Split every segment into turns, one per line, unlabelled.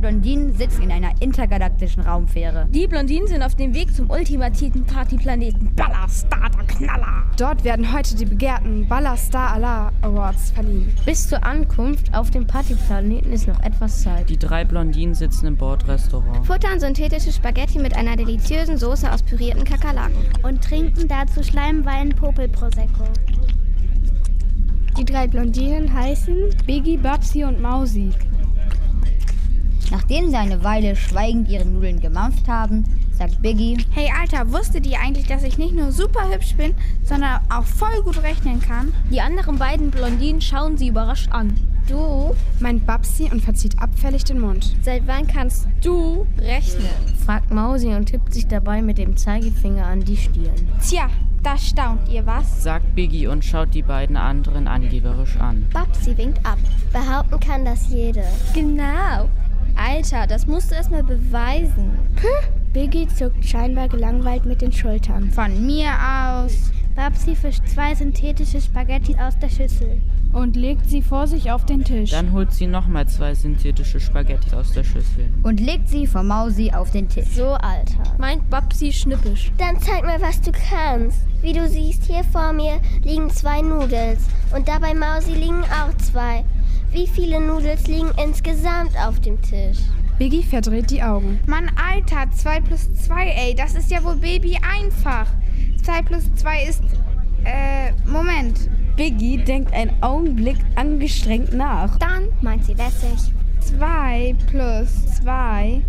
Blondinen sitzen in einer intergalaktischen Raumfähre.
Die Blondinen sind auf dem Weg zum ultimativen Partyplaneten Ballastar, der Knaller.
Dort werden heute die begehrten Ballastar Allah Awards verliehen.
Bis zur Ankunft auf dem Partyplaneten ist noch etwas Zeit.
Die drei Blondinen sitzen im Bordrestaurant.
Futtern synthetische Spaghetti mit einer deliziösen Soße aus pürierten Kakerlaken.
Und trinken dazu Schleimwein Popel Prosecco.
Die drei Blondinen heißen
Biggie, Babsi und Mausi.
Nachdem sie eine Weile schweigend ihre Nudeln gemampft haben, sagt Biggie:
Hey Alter, wusstet ihr eigentlich, dass ich nicht nur super hübsch bin, sondern auch voll gut rechnen kann?
Die anderen beiden Blondinen schauen sie überrascht an.
Du? meint Babsi und verzieht abfällig den Mund.
Seit wann kannst du rechnen? fragt Mausi und tippt sich dabei mit dem Zeigefinger an die Stirn.
Tja, da staunt ihr was,
sagt Biggie und schaut die beiden anderen angeberisch an.
Babsi winkt ab. Behaupten kann das jede.
Genau. Alter, das musst du erstmal beweisen.
Puh. Biggie zuckt scheinbar gelangweilt mit den Schultern.
Von mir aus.
Babsi fischt zwei synthetische Spaghetti aus der Schüssel.
Und legt sie vor sich auf den Tisch.
Dann holt sie nochmal zwei synthetische Spaghetti aus der Schüssel.
Und legt sie vor Mausi auf den Tisch.
So, Alter.
Meint Babsi schnippisch.
Dann zeig mal, was du kannst. Wie du siehst, hier vor mir liegen zwei Nudels. Und da bei Mausi liegen auch zwei. Wie viele Nudels liegen insgesamt auf dem Tisch?
Biggie verdreht die Augen.
Mann, Alter, 2 plus 2, ey, das ist ja wohl Baby einfach. 2 plus 2 ist. Äh, Moment.
Biggie denkt einen Augenblick angestrengt nach.
Dann meint sie lässig.
2 plus 2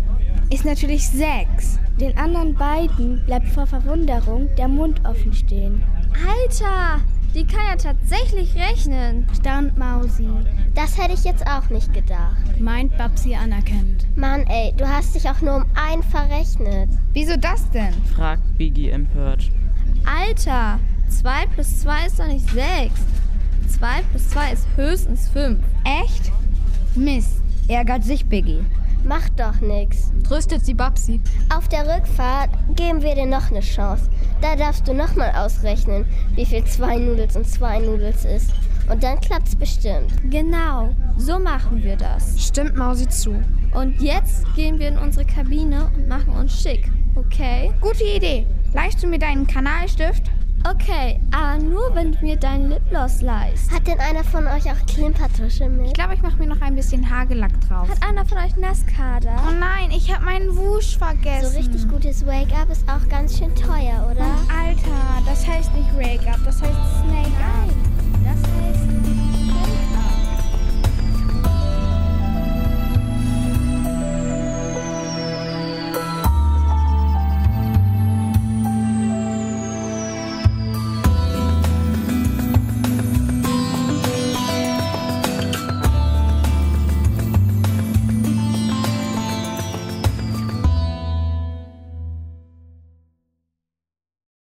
ist natürlich 6.
Den anderen beiden bleibt vor Verwunderung der Mund offen stehen.
Alter, die kann ja tatsächlich rechnen,
staunt Mausi.
Das hätte ich jetzt auch nicht gedacht.
Meint Babsi anerkennt.
Mann, ey, du hast dich auch nur um einen verrechnet.
Wieso das denn?
fragt Biggie empört.
Alter, 2 plus 2 ist doch nicht 6. 2 plus 2 ist höchstens 5.
Echt? Mist, ärgert sich Biggie.
Macht doch nix.
Tröstet sie Babsi.
Auf der Rückfahrt geben wir dir noch eine Chance. Da darfst du nochmal ausrechnen, wie viel zwei Nudels und zwei Nudels ist. Und dann klappt's bestimmt.
Genau, so machen wir das.
Stimmt Mausi zu.
Und jetzt gehen wir in unsere Kabine und machen uns schick, okay?
Gute Idee. Leihst du mir deinen Kanalstift?
Okay, aber nur wenn du mir deinen Lipgloss leihst.
Hat denn einer von euch auch Klimpertusche mit?
Ich glaube, ich mache mir noch ein bisschen Hagellack drauf.
Hat einer von euch Nasskader?
Oh nein, ich habe meinen Wusch vergessen.
So richtig gutes Wake-up ist auch ganz schön teuer, oder?
Alter, das heißt nicht Wake-up, das heißt